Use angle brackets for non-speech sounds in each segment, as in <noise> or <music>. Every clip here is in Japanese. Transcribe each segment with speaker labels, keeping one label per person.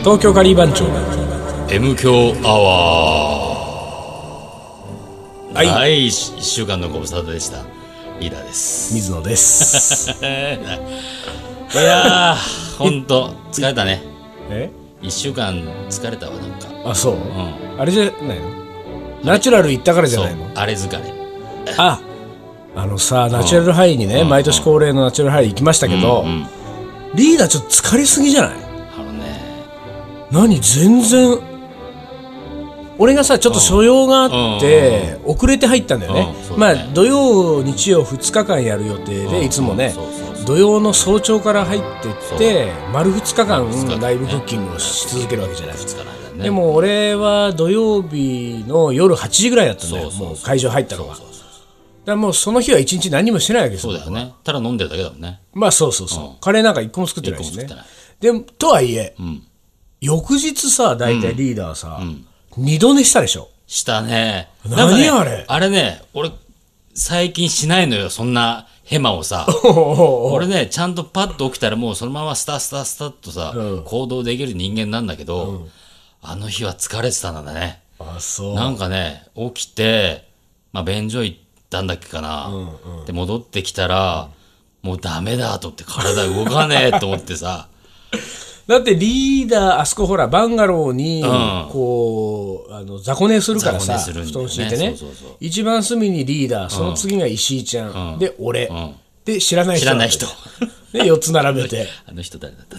Speaker 1: 東京カリー番長
Speaker 2: M 強アワー
Speaker 1: はい
Speaker 2: はい、し一週間のご無沙汰でしたリーダーです
Speaker 1: 水野です
Speaker 2: <laughs> いやーほんと疲れたね
Speaker 1: <laughs> え
Speaker 2: 一週間疲れたわなんか
Speaker 1: あそう、
Speaker 2: う
Speaker 1: あれじゃないのナチュラル行ったからじゃ
Speaker 2: そう
Speaker 1: ないの
Speaker 2: あれ疲れ
Speaker 1: ああのさナチュラルハイにね、
Speaker 2: うん
Speaker 1: 毎年恒例のナチュラルハイ行きましたけど、
Speaker 2: うんうん
Speaker 1: リーダーちょっと疲れすぎじゃない
Speaker 2: あのね
Speaker 1: 何全然俺がさちょっと所用があって、遅れて入ったんだよね,、
Speaker 2: うんそう
Speaker 1: ま
Speaker 2: だ
Speaker 1: あ
Speaker 2: ね
Speaker 1: 土曜日曜2日間やる予定で、
Speaker 2: うん
Speaker 1: いつもね、
Speaker 2: そうそうそう
Speaker 1: 土曜の早朝から入ってって丸2日
Speaker 2: 日
Speaker 1: 間
Speaker 2: 間
Speaker 1: ライブブッキングをし続けるわけじゃない
Speaker 2: 二日の間ね
Speaker 1: でも俺は土曜日の夜8時ぐらいだったんだ
Speaker 2: そ
Speaker 1: よ
Speaker 2: うそうそう
Speaker 1: もう会場入ったのが
Speaker 2: そうそうそう
Speaker 1: だからもうその日は一日何もしてないわけです
Speaker 2: そう
Speaker 1: よ
Speaker 2: だよねただ飲んでるだけだもんね
Speaker 1: まあそうそうそう、
Speaker 2: うん
Speaker 1: カレーなんか一個も作ってないし
Speaker 2: 一
Speaker 1: ね
Speaker 2: 個も作
Speaker 1: でもとはいえ、
Speaker 2: ん
Speaker 1: 翌日さ大体リーダーさ、二度寝したでしょ
Speaker 2: したね
Speaker 1: 何
Speaker 2: なんかね
Speaker 1: あれ
Speaker 2: あれね俺最近しないのよそんなヘマをさ俺ねちゃんとパッと起きたらもうそのままスタスタスタっとさ、
Speaker 1: うん
Speaker 2: 行動できる人間なんだけど、あの日は疲れてたんだね
Speaker 1: あそう
Speaker 2: なんかね起きてまあ便所行ったんだっけかな、で戻ってきたら、もうダメだと思って体動かねえと思って
Speaker 1: <laughs>
Speaker 2: さ
Speaker 1: だってリーダーあそこほらバンガローに
Speaker 2: うん
Speaker 1: こう、あの雑魚寝するからさ、
Speaker 2: 雑魚
Speaker 1: 布
Speaker 2: 寝するんだよ
Speaker 1: 団
Speaker 2: ね
Speaker 1: 敷いてね
Speaker 2: そうそうそう
Speaker 1: 一番隅にリーダーその次が石井ちゃん、
Speaker 2: うん
Speaker 1: で俺、
Speaker 2: ん
Speaker 1: で知らない人
Speaker 2: 知らない人
Speaker 1: <laughs> で4つ並べて
Speaker 2: あの人誰だった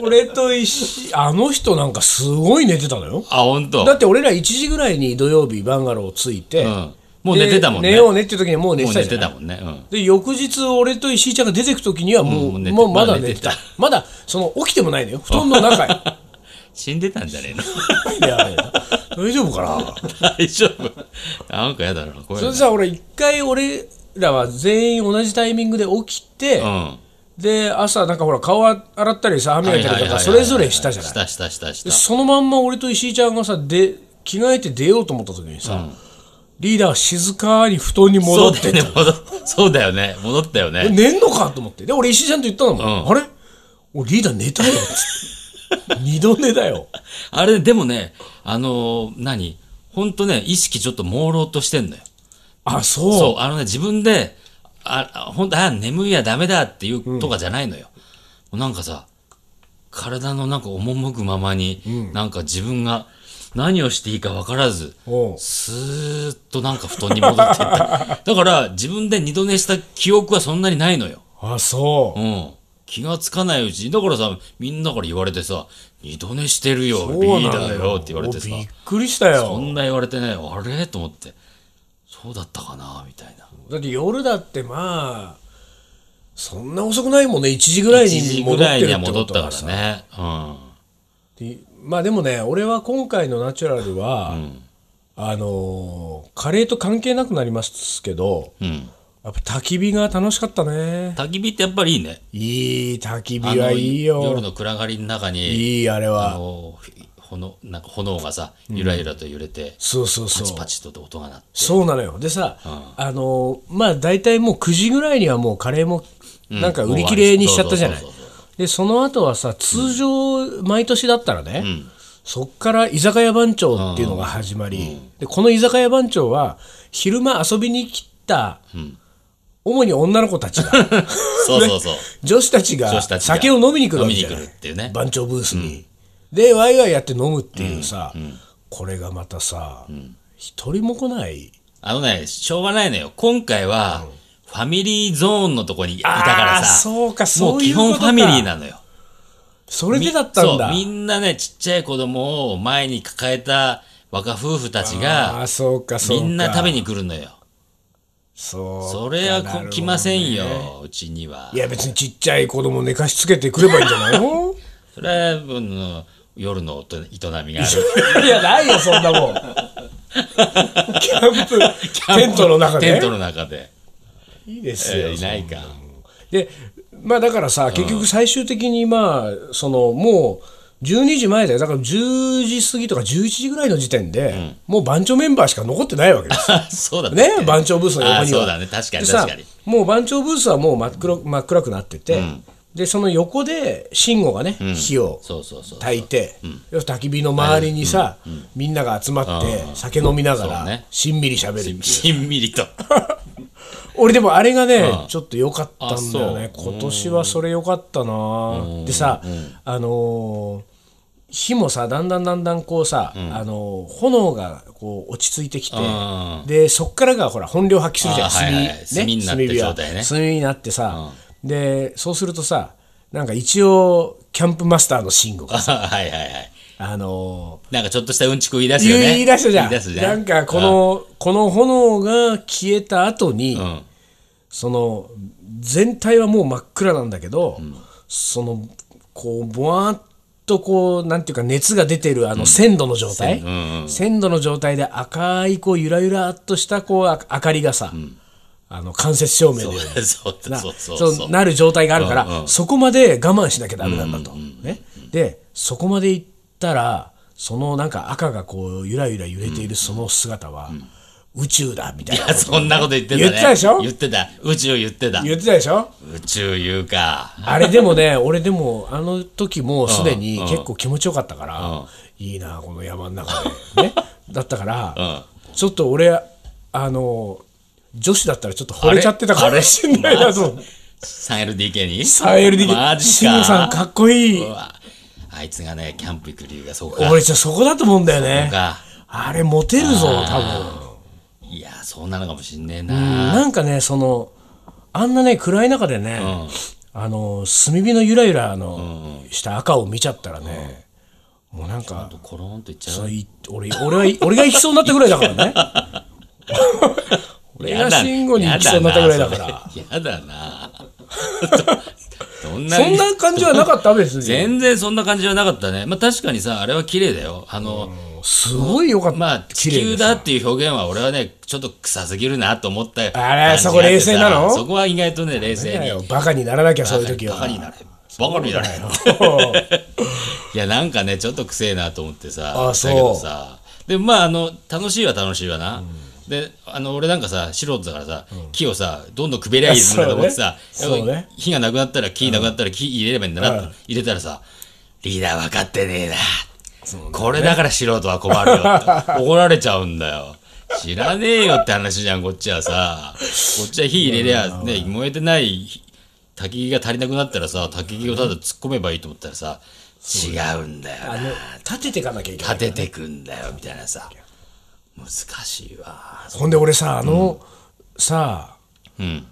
Speaker 1: 俺と石井あの人なんかすごい寝てたのよ
Speaker 2: あ本当
Speaker 1: だって俺ら1時ぐらいに土曜日バンガロー着いて、
Speaker 2: うんもう寝てたもんね
Speaker 1: で寝ようねっていう時にはもう寝
Speaker 2: も
Speaker 1: てた
Speaker 2: う寝
Speaker 1: じ
Speaker 2: て
Speaker 1: ゃな
Speaker 2: た
Speaker 1: い
Speaker 2: もんねうん
Speaker 1: で翌日俺と石井ちゃんが出てく時にはもう,、
Speaker 2: うんもう寝て
Speaker 1: もうまだ
Speaker 2: まだ
Speaker 1: 寝
Speaker 2: 寝
Speaker 1: て
Speaker 2: て
Speaker 1: た
Speaker 2: た
Speaker 1: まだその起きてもないのよ布団の
Speaker 2: <laughs>
Speaker 1: 中へ
Speaker 2: 死んでたんじ
Speaker 1: <laughs>
Speaker 2: ゃねえの
Speaker 1: いやいや大丈夫かな
Speaker 2: 大丈夫なんかやだなこういう
Speaker 1: そ
Speaker 2: の
Speaker 1: れさ俺一回俺らは全員同じタイミングで起きて、
Speaker 2: うん
Speaker 1: で朝なんかほら顔洗ったりさ歯磨いたりとかそれぞれしたじゃない
Speaker 2: したしたしたし
Speaker 1: で
Speaker 2: た
Speaker 1: そのまんま俺と石井ちゃんがさで着替えて出ようと思った時にさ、リーダーは静かに布団に戻
Speaker 2: そう
Speaker 1: っ
Speaker 2: だ
Speaker 1: て
Speaker 2: よね戻っそうだよね戻ったよね
Speaker 1: 寝んのかと思ってで俺石井ちゃんと言ったのも、
Speaker 2: うん
Speaker 1: あれ俺リーダー寝たよ
Speaker 2: <laughs>
Speaker 1: っつって二度寝だよ
Speaker 2: あれでもねあのー何ほんとね意識ちょっと朦朧としてんのよ
Speaker 1: あそう
Speaker 2: そうあのね自分であ本当あ眠いやダメだっていうとかじゃないのよ、もうなんかさ体のなんか赴くままに、なんか自分が何をしていいか分からず
Speaker 1: おう
Speaker 2: スーッとなんか布団に戻っていった。だから自分で二度寝した記憶はそんなにないのよ。
Speaker 1: あそう
Speaker 2: うん。気がつかないうちに、だからさ、みんなから言われてさ、二度寝してるよ、
Speaker 1: そう
Speaker 2: リ
Speaker 1: なの
Speaker 2: ーダーよって言われてさ
Speaker 1: お、びっくりした
Speaker 2: そん
Speaker 1: よ
Speaker 2: な言われてね、あれと思って、そうだったかなみたいな。
Speaker 1: だって夜だってまあそんな遅くないもんね1時ぐらい
Speaker 2: 1時
Speaker 1: に戻
Speaker 2: ぐ
Speaker 1: っ
Speaker 2: らい
Speaker 1: てる
Speaker 2: には
Speaker 1: って
Speaker 2: 戻
Speaker 1: こ
Speaker 2: っ
Speaker 1: と
Speaker 2: たか
Speaker 1: は
Speaker 2: ら
Speaker 1: さ
Speaker 2: ね。うん。
Speaker 1: でまあでもね俺は今回のナチュラルは、あのーカレーと関係なくなりますけど
Speaker 2: うん。
Speaker 1: やっぱ焚き火が楽しかったね
Speaker 2: 焚き火ってやっぱりいいね。
Speaker 1: いい焚き
Speaker 2: あ
Speaker 1: 火
Speaker 2: の
Speaker 1: はいい
Speaker 2: 夜
Speaker 1: よ
Speaker 2: の暗がりの中に、
Speaker 1: いいあれ
Speaker 2: あ
Speaker 1: は
Speaker 2: の、炎、なんか炎がさ、ゆらゆらと揺れて、
Speaker 1: そうそうそ
Speaker 2: パ
Speaker 1: う
Speaker 2: チパチとって音が鳴って。
Speaker 1: そうなのよでさ、あのまあ大体もう9時ぐらいにはもうカレーもなんか売り切れにしちゃったじゃない、
Speaker 2: もう終わりそう
Speaker 1: でその後はさ通常毎年だったらね、そっから居酒屋番長っていうのが始まり、でこの居酒屋番長は昼間遊びに来た、主に女の子たちが
Speaker 2: <laughs> そうそうそう。
Speaker 1: 女子たちが
Speaker 2: 女子たちが
Speaker 1: 酒を飲みに来るわけじゃ
Speaker 2: 飲
Speaker 1: ない
Speaker 2: みに来るっていうね
Speaker 1: 番長ブースに、でワイワイやって飲むっていうさ、これがまたさ一、人も来ない
Speaker 2: あのね、しょうがないのよ。今回は、ファミリーゾーンのとこにいたから
Speaker 1: あー
Speaker 2: さ、
Speaker 1: そうか
Speaker 2: も
Speaker 1: そううい
Speaker 2: 基
Speaker 1: うことか
Speaker 2: 本ファミリーなのよ。
Speaker 1: それでだったんだ
Speaker 2: そう、みんなね、ちっちゃい子供を前に抱えた若夫婦たち
Speaker 1: あ
Speaker 2: が、
Speaker 1: ーそうかそう
Speaker 2: み
Speaker 1: か
Speaker 2: んな食べに来るのよ。
Speaker 1: そう
Speaker 2: それはこ
Speaker 1: なるほどね
Speaker 2: 来ませんよ、うちには。
Speaker 1: いや別にちっちゃい子供寝かしつけてくればいいんじゃないの
Speaker 2: それは、うんの夜のおと営みがあ
Speaker 1: <laughs>
Speaker 2: る。
Speaker 1: いやないよそんなもんキャンプテントの中
Speaker 2: テ
Speaker 1: で
Speaker 2: ントの中で。
Speaker 1: いいですよ、
Speaker 2: えーいないか。 <laughs>
Speaker 1: でまあだからさ結局最終的にまあそのもう12時前だよだから10時過ぎとか11時ぐらいの時点で、もう番長メンバーしか残ってないわけですよ
Speaker 2: そう <laughs> だ
Speaker 1: ね番長ブースの横には
Speaker 2: あーそうだね確かに
Speaker 1: でさ
Speaker 2: 確かに
Speaker 1: もう番長ブースはもう真っ黒真っ暗くなってて、でその横で慎吾がね、火を
Speaker 2: そうそうそう。
Speaker 1: 焚いて、要するに焚き火の周りにさ、みんなが集まって酒飲みなが
Speaker 2: そう
Speaker 1: ら
Speaker 2: ね
Speaker 1: しんみりしゃべるっていう
Speaker 2: しん <laughs> みりと。
Speaker 1: 俺でもあれがね、
Speaker 2: ん
Speaker 1: ちょっと良かったんだよね
Speaker 2: あ
Speaker 1: 今年はそれ良かったなでさ、あのー火もさだんだんだんだんこうさ、あのー炎がこう落ち着いてきて
Speaker 2: うん
Speaker 1: でそっからがほら本領発揮するじゃん
Speaker 2: あーはいはいはい炭になって
Speaker 1: 炭火は
Speaker 2: 状態ね
Speaker 1: 炭になってさ、でそうするとさなんか一応キャンプマスターの慎吾が
Speaker 2: <laughs> はいはいはい。
Speaker 1: あのー
Speaker 2: なんかちょっとしたうんちく言い出すよ
Speaker 1: 言い
Speaker 2: ね。
Speaker 1: 言い出したじゃん
Speaker 2: 言い出す
Speaker 1: なんかこ、のこの炎が消えた後に、 <laughs>
Speaker 2: うんうん
Speaker 1: その全体はもう真っ暗なんだけど、そのこうぼわっとこうなんていうか熱が出てるあの鮮度の状態、
Speaker 2: 鮮うん
Speaker 1: 鮮度の状態で赤いこうゆらゆらっとしたこうあ明かりがさ、あの間接照明で
Speaker 2: そう
Speaker 1: な
Speaker 2: そうそう
Speaker 1: そう
Speaker 2: そう。
Speaker 1: なる状態があるから、
Speaker 2: うんうん
Speaker 1: そこまで我慢しなきゃダメなんだと、ね、でそこまで行ったらそのなんか赤がこうゆらゆら揺れているその姿は、宇宙だみたいなことを
Speaker 2: そんなこと言ってたね。
Speaker 1: 言ってたでしょ
Speaker 2: 言ってた。宇宙言ってた。
Speaker 1: 言ってたでし
Speaker 2: <laughs>
Speaker 1: ょ
Speaker 2: 宇宙言うか。
Speaker 1: あれでもね、俺でも、あの時もうすでに結構気持ちよかったから、いいな、この山の中で。
Speaker 2: <laughs>
Speaker 1: ね、だったから、ちょっと俺、あの、女子だったらちょっと惚れちゃってたかもしんないなと。
Speaker 2: 3LDK に
Speaker 1: さあ、LD
Speaker 2: マジ
Speaker 1: 慎吾
Speaker 2: か。。
Speaker 1: さんかっこいいう
Speaker 2: わあいつがね、キャンプ行く理由がそうか。
Speaker 1: 俺じゃそこだと思うんだよね
Speaker 2: そうか。
Speaker 1: あれ、モテるぞ、多分。
Speaker 2: いや、そうなのかもしんねえ
Speaker 1: うん
Speaker 2: な。
Speaker 1: なんかね、その、あんなね、暗い中でね、あの、炭火のゆらゆらの、した赤を見ちゃったらね、もうなんか、
Speaker 2: コロンといっちゃう
Speaker 1: そうい俺俺は俺が行きそうになったぐらいだ <laughs> からね俺が慎吾に行きそうになったぐらいだから
Speaker 2: や
Speaker 1: <laughs>
Speaker 2: だな。どどんな
Speaker 1: そんな感じはなかった別に
Speaker 2: 全然そんな感じはなかったね。まあ確かにさ、あれは綺麗だよ。あの、
Speaker 1: すごいよかった、
Speaker 2: まあ地
Speaker 1: 綺麗
Speaker 2: 球
Speaker 1: で
Speaker 2: だっていう表現は俺はね、ちょっと臭すぎるなと思ったよ。
Speaker 1: あれ
Speaker 2: 感じが
Speaker 1: そこ冷静なの
Speaker 2: あってさそこは意外とね、冷静
Speaker 1: だ
Speaker 2: に。
Speaker 1: よバカにならなきゃそういう時は
Speaker 2: バカになれ。バカになれ。いや、なんかね、ちょっとくせえなと思ってさ、
Speaker 1: あそう
Speaker 2: だけどさ、で、まあ、あの、楽しいは楽しいわな。で、あの、俺なんかさ、素人だからさ、木をさ、どんどんくべりゃいいんだと思ってさ、
Speaker 1: そうね
Speaker 2: やっ
Speaker 1: そ
Speaker 2: ぱ
Speaker 1: うね
Speaker 2: 火がなくなったら、木なくなったら、木入れればいいんだな、って入れたらさ、リーダー分かってねえな。これだから素人は困るよ
Speaker 1: <laughs>
Speaker 2: って怒られちゃうんだよ。知らねえよって話じゃん、こっちはさ。こっちは火入れりゃ、ね、燃えてない焚き火が足りなくなったらさ、焚き火をただ突っ込めばいいと思ったらさ、違うんだよ
Speaker 1: あ
Speaker 2: な。
Speaker 1: の <laughs> 立ててかなきゃいけない
Speaker 2: 立ててくんだよ、みたいなさ。難しいわ。
Speaker 1: ほんで俺さあの、さ
Speaker 2: うん。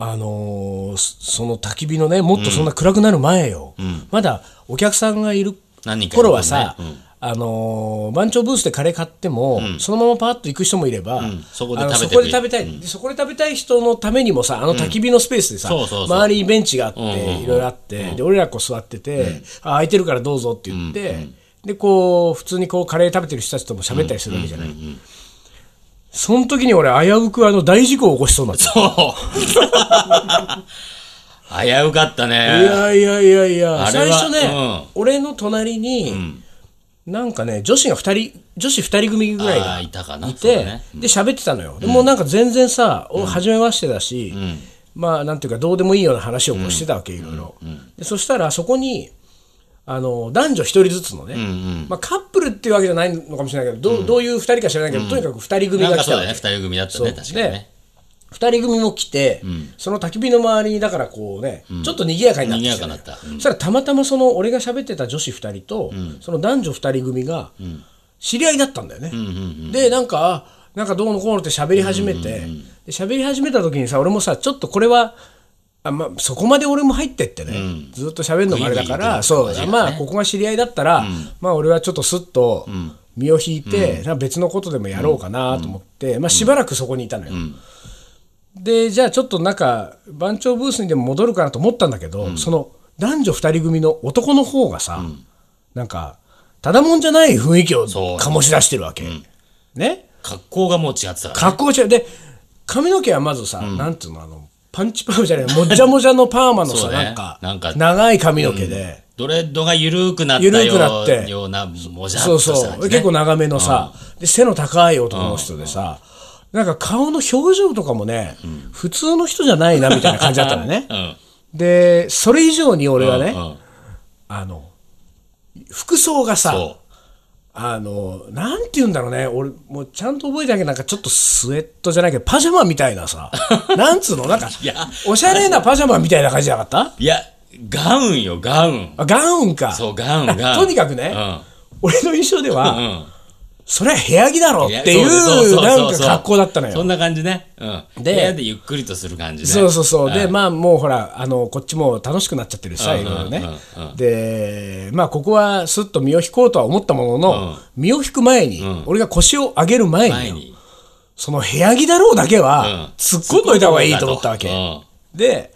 Speaker 1: あのーそその焚き火のねもっとそんな暗くなる前よ、まだお客さんがいる
Speaker 2: 何人かいる
Speaker 1: 頃はさ、
Speaker 2: 頃ね
Speaker 1: あのー番長ブースでカレー買っても、そのままパーッと行く人もいれば、
Speaker 2: んそこで
Speaker 1: あの
Speaker 2: 食べて
Speaker 1: そ
Speaker 2: く
Speaker 1: こで食べたい、でそこで食べたい人のためにもさあの焚き火のスペースでさ、
Speaker 2: そうそうそう
Speaker 1: 周りにベンチがあって、
Speaker 2: んうんうん
Speaker 1: いろいろあってで俺らこう座ってて、あ空いてるからどうぞって言って、でこう普通にこうカレー食べてる人たちとも喋ったりするわけじゃない、その時に俺危うくあの大事故を起こしそうにな <laughs> った
Speaker 2: そう。危うかった
Speaker 1: い
Speaker 2: ね。
Speaker 1: やいやいやいや、
Speaker 2: あれ
Speaker 1: 最
Speaker 2: は
Speaker 1: 初ね、俺の隣に、なんかね、女子が2人、女子2人組ぐらい
Speaker 2: あ
Speaker 1: が
Speaker 2: ーいたかないそうだ
Speaker 1: て、
Speaker 2: ね
Speaker 1: で、喋ってたのよ。でもうなんか全然さ、お初めましてだし、まあ、なんていうか、どうでもいいような話をこうしてたわけ、いろいろ。でそしたら、そこに、あの男女1人ずつのね、まあ、カップルっていうわけじゃないのかもしれないけど、どうどういう2人か知らないけど、とにかく2人組
Speaker 2: なん
Speaker 1: が
Speaker 2: か
Speaker 1: 来
Speaker 2: そ
Speaker 1: た
Speaker 2: う
Speaker 1: わけ
Speaker 2: だね、二人組だったね、確かに
Speaker 1: で
Speaker 2: ね。
Speaker 1: 二人組も来て、その焚き火の周りにだからこうね、ちょっと賑やかになってきたのよ
Speaker 2: 賑やかになった
Speaker 1: そしたらたまたまその俺が喋ってた女子二人と、その男女二人組が知り合いだったんだよね、でなんかあなんかどうのこうのって喋り始めて、で喋り始めた時にさ俺もさちょっとこれはあまあ、そこまで俺も入ってってね、ずっと喋るのもあれだから、そう、まあ、ここが知り合いだったら、まあ、俺はちょっとすっと身を引いて、なんか別のことでもやろうかなと思って、まあ、しばらくそこにいたのよ。で、じゃあ、ちょっとなんか、番長ブースにでも戻るかなと思ったんだけど、その男女2人組の男の方がさ、なんか、ただもんじゃない雰囲気を
Speaker 2: そう
Speaker 1: 醸し出してるわけ。ね
Speaker 2: 格好がもう違ってたからね。
Speaker 1: 格好違うで髪の毛はまずさ、なんつうのあのパンチパーマじゃないもっじゃもじゃのパーマの
Speaker 2: そ
Speaker 1: さ、
Speaker 2: うね
Speaker 1: なんか
Speaker 2: なんか
Speaker 1: 長い髪の毛で、
Speaker 2: ドレッドが緩くなった
Speaker 1: 緩
Speaker 2: よ
Speaker 1: くなって
Speaker 2: うようなもじゃっ
Speaker 1: そ
Speaker 2: と
Speaker 1: う
Speaker 2: した
Speaker 1: そう、
Speaker 2: 感じね。
Speaker 1: 結構長めのさ、で背の高い男の人でさ、なんか顔の表情とかもね、普通の人じゃないなみたいな感じだったのね
Speaker 2: うん
Speaker 1: で、それ以上に俺はね、
Speaker 2: うんうん
Speaker 1: あの、服装がさ、
Speaker 2: そ
Speaker 1: あの、なんて言うんだろうね、俺、もうちゃんと覚えてあげなんかちょっとスウェットじゃないけど、パジャマみたいな
Speaker 2: <laughs>
Speaker 1: さ、なんつうの、なんか
Speaker 2: いや、
Speaker 1: おしゃれなパジャマみたいな感じじゃなかっ
Speaker 2: う。いや、ガウンよ、ガウン。
Speaker 1: たあガウンか。
Speaker 2: そう、ガウン、ガウン。
Speaker 1: とにかくね、俺の印象で
Speaker 2: う
Speaker 1: は、
Speaker 2: ん。
Speaker 1: それは部屋着だろ
Speaker 2: うん。や
Speaker 1: ってい
Speaker 2: そう
Speaker 1: う、
Speaker 2: そうそう
Speaker 1: な
Speaker 2: そ
Speaker 1: ん
Speaker 2: う
Speaker 1: か格好だったの
Speaker 2: そ
Speaker 1: よ。
Speaker 2: んな感じね。うん。
Speaker 1: で
Speaker 2: 部屋でゆっくりとする感じね。
Speaker 1: そうそうそう。で、
Speaker 2: ん
Speaker 1: まあもうほら、あの、こっちも楽しくなっちゃってるしさ、
Speaker 2: うん
Speaker 1: いろいろね
Speaker 2: うんうんう。
Speaker 1: で、まあここはすっと身を引こうとは思ったものの、身を引く前に、俺が腰を上げる前
Speaker 2: 前
Speaker 1: に、
Speaker 2: に。
Speaker 1: その部屋着だろうだけ
Speaker 2: うん
Speaker 1: は、突っ込んどいた方がいいと思ったわ
Speaker 2: う
Speaker 1: け。
Speaker 2: ん
Speaker 1: で、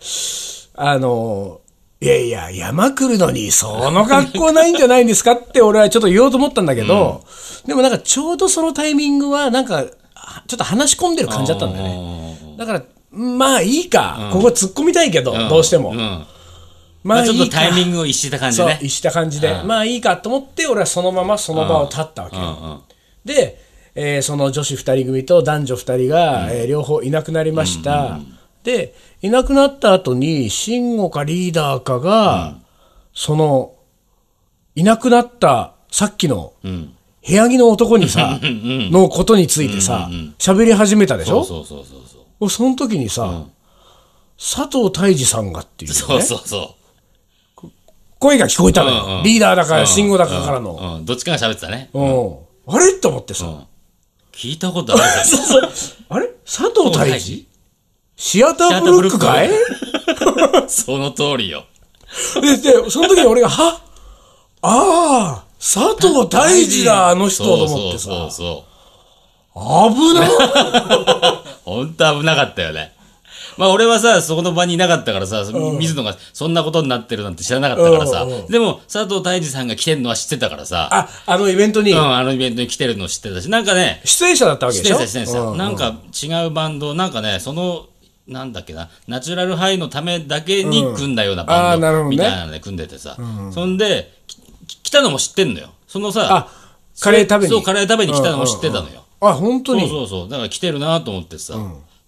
Speaker 1: あの、いやいや、山来るのに、その格好ないんじゃないんですかって、俺はちょっと言おうと思ったんだけど、でもなんか、ちょうどそのタイミングは、なんか、はちょっと話し込んでる感じだったんだよね。だから、まあいいか、ここ突っ込みたいけど、どうしても。
Speaker 2: んま
Speaker 1: ま
Speaker 2: あちょっとタイミ
Speaker 1: グ
Speaker 2: ングを逸した感じ
Speaker 1: そう
Speaker 2: ね、。
Speaker 1: 逸した感じで、まあいいかと思って、俺はそのままその場を立ったわけよ。
Speaker 2: うんうん
Speaker 1: で、えーその女子2人組と男女2人が、えー両方いなくなりました、でいなくなった後に慎吾かリーダーかが、そのいなくなったさっきの
Speaker 2: ん
Speaker 1: 部屋着の男にさ、のことについてさ喋、り始めたでし
Speaker 2: そう
Speaker 1: ょ
Speaker 2: そうそうそうそう。
Speaker 1: その時にさ、佐藤泰治さんがっていう,、ね、
Speaker 2: そうそうそ
Speaker 1: 声が聞こえたのよ、
Speaker 2: うんうん
Speaker 1: リーダーだか
Speaker 2: う。
Speaker 1: ら慎吾だかからの、
Speaker 2: うん。うんどっちかが喋ってたね。
Speaker 1: うんあれと思ってさ、 <laughs>
Speaker 2: 聞いたことあるから。
Speaker 1: あれ佐藤泰治シアターブロックかい
Speaker 2: シその通りよ。
Speaker 1: で、で、その時に俺が、はああ、佐藤大治だ、あの人と思って
Speaker 2: そうそう
Speaker 1: さ。
Speaker 2: そう
Speaker 1: 危な
Speaker 2: そう。本当危なかったよね。まあ俺はさ、そこの場にいなかったからさ、水野がそんなことになってるなんて知らなかったからさ
Speaker 1: うんうんう、ん
Speaker 2: でも佐藤大治さんが来てるのは知ってたからさ、
Speaker 1: あ、あのイベントに
Speaker 2: うん、あのイベントに来てるの知ってたし、なんかね、
Speaker 1: 出演者だったわけで
Speaker 2: 出
Speaker 1: し
Speaker 2: 演
Speaker 1: ょ
Speaker 2: 者出演者、
Speaker 1: うん
Speaker 2: なんか違うバンド、なんかね、その、なんだっけな、ナチュラルハイのためだけに組んだような
Speaker 1: あ
Speaker 2: バ
Speaker 1: ー
Speaker 2: ン
Speaker 1: なるほど
Speaker 2: ド
Speaker 1: ね
Speaker 2: みたいなので組んでてさ、そんで、きき来たのも知ってんのよ。そのさ
Speaker 1: あ、カレー食べに
Speaker 2: そう、カレー食べに来たのも知ってたのよ。
Speaker 1: あ、本当に。
Speaker 2: そうそうそう。だから来てるなと思ってさ。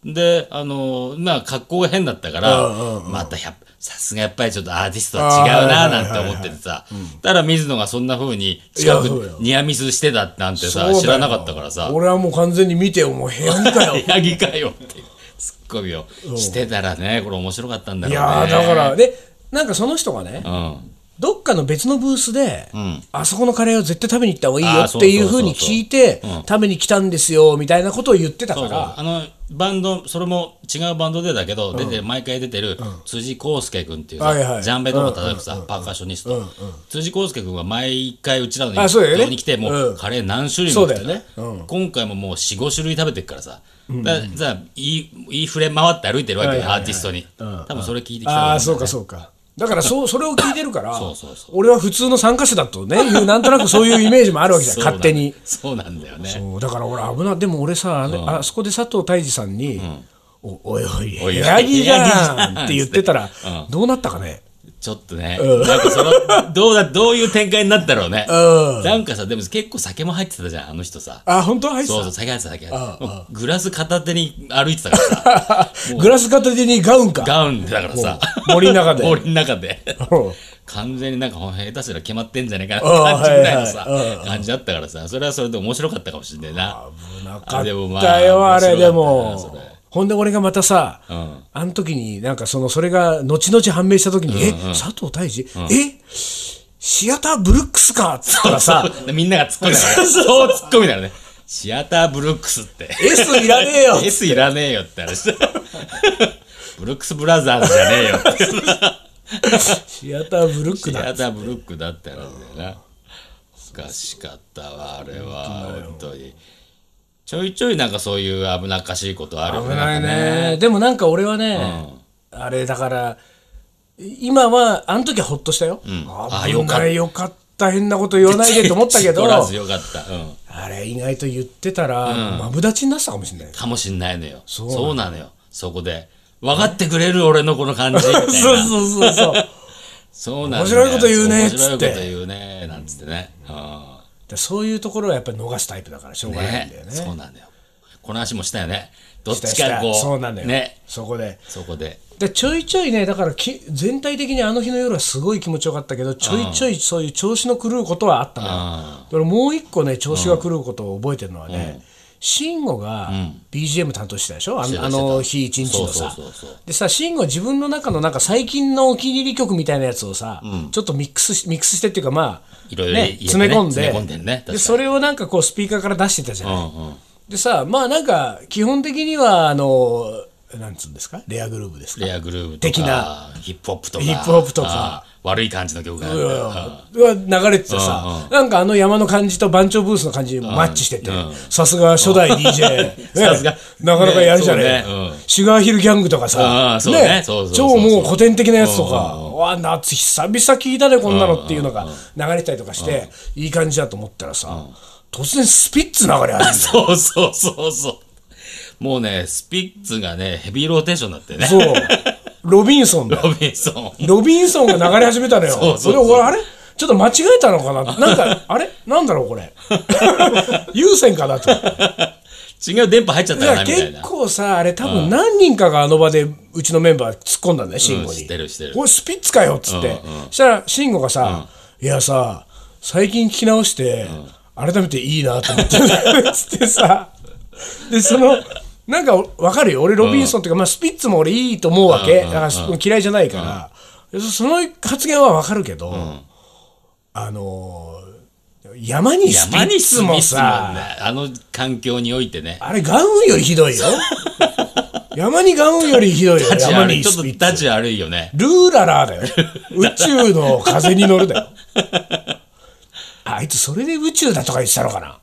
Speaker 2: で、あのーまあ、格好が変だったから、またやっぱさすがやっぱりちょっとアーティストは違うな
Speaker 1: あー
Speaker 2: なんて思っててさ。だから水野がそんな風に近
Speaker 1: いやそうよ
Speaker 2: くニアミスしてたなんて
Speaker 1: そうだ
Speaker 2: さ、
Speaker 1: よ
Speaker 2: 知らなかったからさ。
Speaker 1: 俺はもう完全に見てよ、もう部屋着かよ。
Speaker 2: <laughs> ヤギかよってツッコミをしてたらね、これ面白かったんだ
Speaker 1: い
Speaker 2: ろうね。
Speaker 1: やー、だから、で、なんかその人がね、
Speaker 2: うん。
Speaker 1: どっかの別のブースで、
Speaker 2: ん
Speaker 1: あそこのカレーを絶対食べに行った方がいいよ
Speaker 2: あー
Speaker 1: っていう
Speaker 2: そう
Speaker 1: ふ
Speaker 2: そううそうそう
Speaker 1: に聞いて
Speaker 2: うん、
Speaker 1: 食べに来たんですよ、みたいなことを言ってたか
Speaker 2: そうそう
Speaker 1: ら、
Speaker 2: あのバンドそれも違うバンドでだけど、出てる毎回出てる辻康介君っていうさ、
Speaker 1: はいはい
Speaker 2: ジャンベとか叩くさ、パーカッショニスト、辻康介君は毎回うちらの
Speaker 1: あそうだよね
Speaker 2: に来てもう、
Speaker 1: うん
Speaker 2: カレー何種類も来て
Speaker 1: そうだよね
Speaker 2: 今回ももう45種類食べてるからさ、だからさ言い言いふれ回って歩いてるわけ
Speaker 1: はい
Speaker 2: よ、
Speaker 1: はいはい
Speaker 2: アーティストに、多分それ聞いてきた
Speaker 1: ああー、
Speaker 2: と
Speaker 1: そう
Speaker 2: 思
Speaker 1: んか
Speaker 2: だよね
Speaker 1: そうか。だからそう、それを聞いてるから
Speaker 2: <laughs> そうそうそ、
Speaker 1: 俺は普通の参加者だとね、いうなんとなくそういうイメージもあるわけじゃん、
Speaker 2: そうなん
Speaker 1: 勝手に。
Speaker 2: そうなんだよね
Speaker 1: そうだから俺危な、でも俺さ、あれあそこで佐藤泰治さんに、おおいおい、
Speaker 2: おいおい
Speaker 1: 部屋着じ
Speaker 2: 部屋
Speaker 1: ゃ
Speaker 2: 着じゃ
Speaker 1: ん
Speaker 2: ん
Speaker 1: って言ってたら
Speaker 2: う、
Speaker 1: どうなったかね。
Speaker 2: ちょっとね、なんかその、どうだ、どういう展開になったろうね。なんかさ、でも結構酒も入ってたじゃん、あの人さ。
Speaker 1: あ、本当は入って
Speaker 2: そう
Speaker 1: た
Speaker 2: そう、酒入ってた、酒入ってた。もうグラス片手に歩いてたから <laughs> さ、
Speaker 1: グラス片手にガウンか。
Speaker 2: ガウンだからさ、
Speaker 1: 森の中で。
Speaker 2: <laughs> 森の中で。
Speaker 1: うん
Speaker 2: 完全になんかほん下手すら決まってんじゃねえかな
Speaker 1: あー
Speaker 2: って感じぐらいのさ
Speaker 1: はいはい、
Speaker 2: 感じだったからさ、それはそれで面白かったかもしれないな。
Speaker 1: 危なか
Speaker 2: あ
Speaker 1: っ
Speaker 2: でもまあ
Speaker 1: たよ、あれで
Speaker 2: 面白か
Speaker 1: も
Speaker 2: ったなそれ。
Speaker 1: ほんで俺がまたさ、
Speaker 2: ん
Speaker 1: あの時になんかそのそれが後々判明した時に、え佐藤大治、えシアターブルックスかっつったら
Speaker 2: <laughs>
Speaker 1: さ、
Speaker 2: そうみんなが突っ込んだからね。そう突っ込みながらね。シアターブルックスって。
Speaker 1: S いらねえよ
Speaker 2: S いらねえよって話。ブルックスブラザーズじゃねえよって。
Speaker 1: シアターブルック
Speaker 2: シ
Speaker 1: だ。
Speaker 2: アターブルックだって話だよな。おかしかったわ、あれは。本当に。ちょいちょいなんかそういう危なっかしいことあるよ
Speaker 1: 危
Speaker 2: ね。
Speaker 1: ない
Speaker 2: んか
Speaker 1: ね。でもなんか俺はね、あれだから、今は、あの時はほっとしたよ。
Speaker 2: あ
Speaker 1: 危
Speaker 2: よかっ
Speaker 1: な
Speaker 2: た
Speaker 1: いよかった、変なこと言わないでと思ったけど
Speaker 2: <laughs> 怒、らずよかった。うん。
Speaker 1: あれ意外と言ってたら、マブダチになってたかもしれ
Speaker 2: <laughs>
Speaker 1: ない。
Speaker 2: かもしんないのよ。
Speaker 1: うなの
Speaker 2: そうなのよ。そこで。分かってくれる俺のこの感じみたい
Speaker 1: <laughs>
Speaker 2: な。
Speaker 1: そうそうそうそう。
Speaker 2: そうなんだよ
Speaker 1: 面白いこと言うねっつって
Speaker 2: 面白いこと言うねなんつってね。うん
Speaker 1: でそういうところはやっぱり逃すタイプだからしょうがないんだよね
Speaker 2: そうなんだよ。この話もしたよね。どっち
Speaker 1: したし
Speaker 2: か
Speaker 1: た
Speaker 2: こう。
Speaker 1: そうなんだよ、
Speaker 2: ね。
Speaker 1: そこで
Speaker 2: そこで。
Speaker 1: でちょいちょいねだからき全体的にあの日の夜はすごい気持ちよかったけどちょいちょいそういう調子の狂うことはあったのよ
Speaker 2: あ
Speaker 1: だからもう一個ね調子が狂うことを覚えてるのはね、慎吾が BGM 担当してたでしょ、あ
Speaker 2: して
Speaker 1: の
Speaker 2: た
Speaker 1: あの日一日のさ
Speaker 2: そうそうそうそう
Speaker 1: でさ慎吾自分の中のなんか最近のお気に入り曲みたいなやつをさ、ちょっとミックスしミックスしてっていうかまあ
Speaker 2: いろいろ入れてね
Speaker 1: 詰め込んで
Speaker 2: 詰め込んでんね確かに
Speaker 1: でそれをなんかこうスピーカーから出してたじゃ
Speaker 2: う
Speaker 1: ない、
Speaker 2: んうん。
Speaker 1: でさまあなんか基本的にはあのなんつうんですかレアグループですか
Speaker 2: レアグルーブと
Speaker 1: 的
Speaker 2: か
Speaker 1: な、
Speaker 2: ヒップホップとか。
Speaker 1: ヒップホップとか
Speaker 2: あー。悪い感じの曲があ
Speaker 1: う
Speaker 2: るから。
Speaker 1: わうわ流れてて
Speaker 2: うん
Speaker 1: さ、なんかあの山の感じと番長ブースの感じにもマッチしてて
Speaker 2: うん、
Speaker 1: さすが初
Speaker 2: <laughs>
Speaker 1: 代 DJ、ね
Speaker 2: さすが
Speaker 1: なかなかやるじゃ
Speaker 2: ね
Speaker 1: ね
Speaker 2: そうねうん
Speaker 1: シュガーヒルギャングとか
Speaker 2: あ
Speaker 1: さ
Speaker 2: あ、そうねそうそうそう
Speaker 1: 超
Speaker 2: そう
Speaker 1: もう古典的なやつとか、わ夏久々聞いたね、こんなのっていうのが流れてたりとかして、いい感じだと思ったらさ、突然スピッツ流れ始めた。
Speaker 2: <laughs> そうそうそうそう。もうね、スピッツがね、ヘビーローテーションになってね。
Speaker 1: そう、ロビンソンだよ
Speaker 2: ロビンソン。
Speaker 1: <laughs> ロビンソンが流れ始めたのよ。
Speaker 2: そうそうそう
Speaker 1: れ俺、あれちょっと間違えたのかななんか、あれなんだろうこれ。
Speaker 2: <laughs>
Speaker 1: <laughs> 優先かなと。い
Speaker 2: 違う電波入っちゃったかな、
Speaker 1: や、
Speaker 2: みたい
Speaker 1: 結
Speaker 2: な。
Speaker 1: 構さ、あれ多分何人かがあの場でうちのメンバー突っ込んだんだよ、慎吾
Speaker 2: うん
Speaker 1: に。
Speaker 2: 知ってる知ってる
Speaker 1: おい、スピッツかよっつって。したら、慎吾がさ、いやさ、最近聞き直して、改めていいなと思って、つってさ。 <laughs> で、その、なんかわかるよ。俺、ロビンソンっていうか、まあ、スピッツも俺いいと思うわけ。だから、嫌いじゃないから。その発言はわかるけど、あのー、山にスピ
Speaker 2: 山
Speaker 1: ッ
Speaker 2: に
Speaker 1: ツ
Speaker 2: ス
Speaker 1: も
Speaker 2: ミスもね
Speaker 1: さ、、
Speaker 2: あの環境においてね。
Speaker 1: あれ、ガウンよりひどいよ。山にガウンよりひどいよ、
Speaker 2: 立ち
Speaker 1: 山
Speaker 2: 悪い
Speaker 1: に
Speaker 2: ちょっ
Speaker 1: ス
Speaker 2: と
Speaker 1: ピッツ。
Speaker 2: 立ち悪いよね。
Speaker 1: ルーララーだよ。宇宙の風に乗るだよ。あいつ、それで宇宙だとか言ってたのかな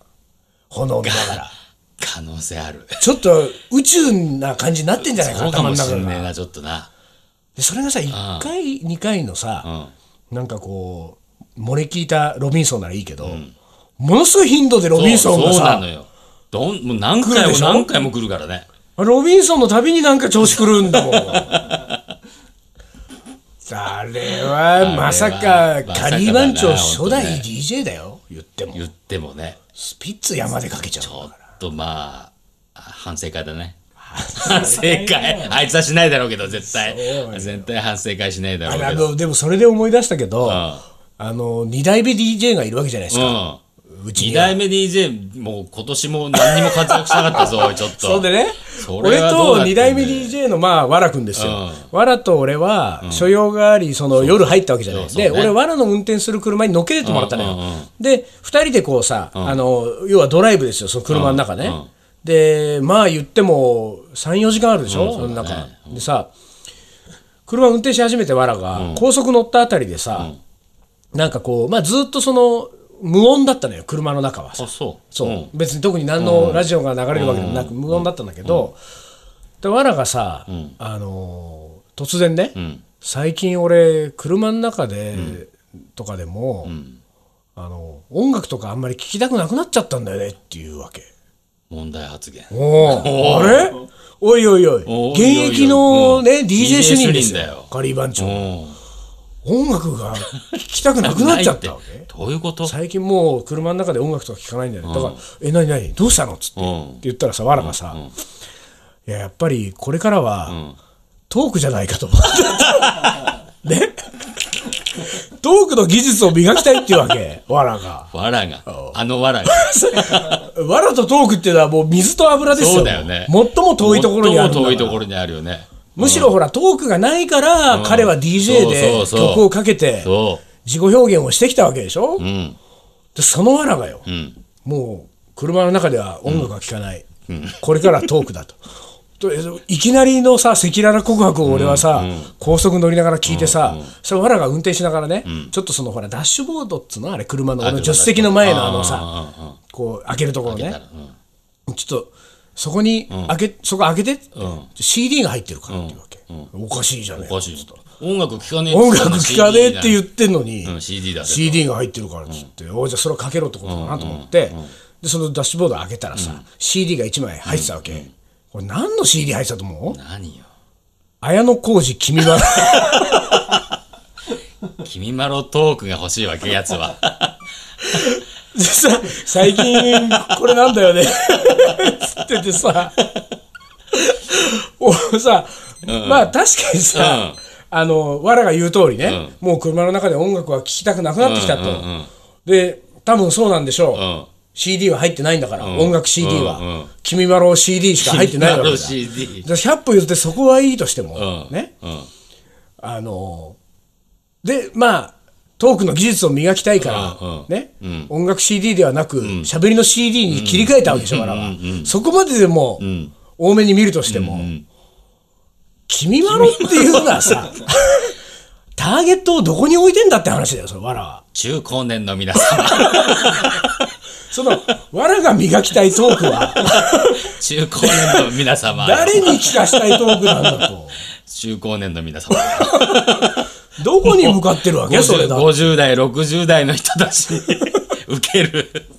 Speaker 1: 炎見ながら。
Speaker 2: 可能性ある。
Speaker 1: ちょっと宇宙な感じになってんじゃないか
Speaker 2: そうかもし
Speaker 1: 頭
Speaker 2: ん
Speaker 1: の中
Speaker 2: ねえ
Speaker 1: が
Speaker 2: な、ちょっとな。
Speaker 1: でそれがさ1回2回のさ、なんかこう漏れ聞いたロビンソンならいいけど、ものすごい頻度でロビンソンが
Speaker 2: そうな
Speaker 1: さ
Speaker 2: のよ。どん、もう何回
Speaker 1: 来る
Speaker 2: も
Speaker 1: でしょ
Speaker 2: 何回も来るからね。
Speaker 1: ロビンソンのたびになんか調子狂うん <laughs> だもんあれはまさか
Speaker 2: まさかだな
Speaker 1: カリー番長初
Speaker 2: 本
Speaker 1: 代
Speaker 2: 当
Speaker 1: DJ だよ言っても
Speaker 2: 言ってもね。
Speaker 1: スピッツ山でかけちゃ
Speaker 2: ち
Speaker 1: う
Speaker 2: ょっとまあ、反省会だね。反省会あいつはしないだろうけど、絶対
Speaker 1: そう。
Speaker 2: 絶対反省会しないだろ
Speaker 1: あ
Speaker 2: う
Speaker 1: れ
Speaker 2: け
Speaker 1: あ
Speaker 2: ど。
Speaker 1: のでもそれで思い出したけど、
Speaker 2: ん
Speaker 1: あの2代目 DJ がいるわけじゃないですか、
Speaker 2: うん。
Speaker 1: うち
Speaker 2: 2
Speaker 1: には
Speaker 2: 代目 DJ、もう今年も何にも活躍しなかったぞ、おいちょっと。
Speaker 1: <laughs> そうでね、
Speaker 2: そ
Speaker 1: 俺
Speaker 2: れはどう
Speaker 1: と
Speaker 2: なって
Speaker 1: 2
Speaker 2: んだ
Speaker 1: 代
Speaker 2: よ
Speaker 1: 目 DJ の、まあ、わらくんですよ。
Speaker 2: う
Speaker 1: わらと俺は、所用があり、その夜入ったわけじゃない。
Speaker 2: そうそうね
Speaker 1: で、俺、わらの運転する車に乗っけてってもらったのよ。
Speaker 2: うんうんうん
Speaker 1: で、2人でこうさ、あの、要はドライブですよ、その車の中ね。で、まあ言っても、3、4時間あるでしょ、その中。でさ、車運転し始めて、わらが、高速乗ったあたりでさ、なんかこう、まあずっとその、無音だったのよ、車の中はさ
Speaker 2: あ、。そう。
Speaker 1: そう、別に特に何のラジオが流れるわけでもなく、無音だったんだけど、でわらがさ、あのー突然ね、最近俺車の中で、とかでも、あの音楽とかあんまり聴きたくなくなっちゃったんだよねっていうわけ。
Speaker 2: 問題発言。
Speaker 1: おおあれおいおいおい
Speaker 2: おいおいおい
Speaker 1: 現役のね、
Speaker 2: うん
Speaker 1: DJ 主任です
Speaker 2: 主任だ
Speaker 1: よ
Speaker 2: よ
Speaker 1: カリー番長
Speaker 2: うん。
Speaker 1: 音楽が聴きたくなくなっちゃったわけ
Speaker 2: <laughs> ないてどういうこと
Speaker 1: 最近もう車の中で音楽とか聴かないんだよね、だから「え何何どうしたの?」っつって、
Speaker 2: うん
Speaker 1: って言ったらさわらがさ、いややっぱりこれからは、トークじゃないかと思って <laughs> ねトークの技術を磨きたいっていうわけわらが
Speaker 2: わらが。あのわらが。
Speaker 1: わらとトークっていうのはもう水と油ですよ
Speaker 2: そうだよね。
Speaker 1: 最も遠いところにあるんだ
Speaker 2: 最
Speaker 1: から
Speaker 2: も遠いところにあるよね。
Speaker 1: むしろほらトークがないから、彼は DJ で
Speaker 2: そうそうそう
Speaker 1: 曲をかけて
Speaker 2: そ
Speaker 1: 自己表現をしてきたわけでしょ、
Speaker 2: う。うん。
Speaker 1: でそのわらがよ、
Speaker 2: うん。
Speaker 1: もう車の中では音楽が聴かない、これからはトークだと。といきなりのさ赤裸々告白を俺はさ、高速乗りながら聞いてさ、それわらが運転しながらね、ちょっとそのほらダッシュボードっつうのあれ車の俺の助手席の前のあのさ
Speaker 2: あ
Speaker 1: こう開けるところ
Speaker 2: ー、
Speaker 1: ね
Speaker 2: あーうん
Speaker 1: ちょっとそこに開け、そこ開けて、CD が入ってるからっていうわけ、おかしいじゃねえ
Speaker 2: おかしい。ちょっと音楽聴かねえ
Speaker 1: 音楽聴かねえって言ってんのに、
Speaker 2: うん CD だぜと
Speaker 1: CD が入ってるからっつって、おじゃあそれをかけろってことかなと思って、でそのダッシュボード開けたらさ、CD が1枚入ってたわけ、これ何の CD 入ってたと思う
Speaker 2: 何よ。
Speaker 1: 綾小路君は
Speaker 2: <laughs> 君まろトークが欲しいわけ、やつは。
Speaker 1: でさ最近これなんだよねつっててさ俺さ、まあ確かにさ、あのわらが言う通りね、もう車の中で音楽は聴きたくなくなってきたと、
Speaker 2: うんうんうん
Speaker 1: で多分そうなんでしょう、
Speaker 2: ん
Speaker 1: CD は入ってないんだから、音楽 CD は、
Speaker 2: うんうん
Speaker 1: 君まろ CD しか入ってないわけだ
Speaker 2: 君まろ CD
Speaker 1: じゃあ100歩譲ってそこはいいとしても、
Speaker 2: うん
Speaker 1: ね
Speaker 2: うん
Speaker 1: あのでまあトークの技術を磨きたいから、
Speaker 2: うんうん
Speaker 1: ね音楽 CD ではなく喋、りの CD に切り替えたわけでしょ、わらは、そこまででも、多めに見るとしても「君まろ」っていうのはさターゲットをどこに置いてんだって話だよそのわらは。
Speaker 2: 中高年の
Speaker 1: <laughs>
Speaker 2: 皆様
Speaker 1: そのわらが磨きたいトークは
Speaker 2: 中高年の皆様
Speaker 1: 誰に聞かしたいトークなんだと。
Speaker 2: 中高年の皆様
Speaker 1: どこに向かってるわけそれ
Speaker 2: 50,
Speaker 1: だ。
Speaker 2: 50代60代の人たちに <laughs> 受ける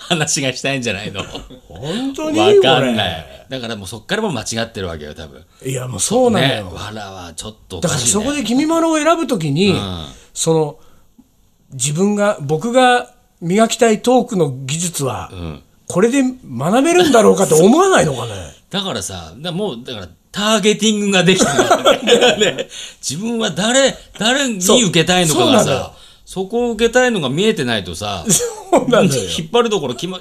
Speaker 2: 話がしたいんじゃないの
Speaker 1: 本当に
Speaker 2: わかん
Speaker 1: こ
Speaker 2: ないだからもうそっからも間違ってるわけよ多分
Speaker 1: れいやもうそうなの
Speaker 2: ね
Speaker 1: よ。
Speaker 2: わらはちょっとお
Speaker 1: だ
Speaker 2: か
Speaker 1: から
Speaker 2: しい、
Speaker 1: そ
Speaker 2: ね、
Speaker 1: こで「君まろ」を選ぶときに、その自分が僕が磨きたいトークの技術は、これで学べるんだろうかって思わないのかね
Speaker 2: だからさだもうだからターゲティングができて
Speaker 1: <laughs>
Speaker 2: る、ね、自分は誰誰に受けたいのかが
Speaker 1: そうそうなのよ
Speaker 2: さそこを受けたいのが見えてないとさ
Speaker 1: そうなのよ
Speaker 2: 引っ張るところ決ま,、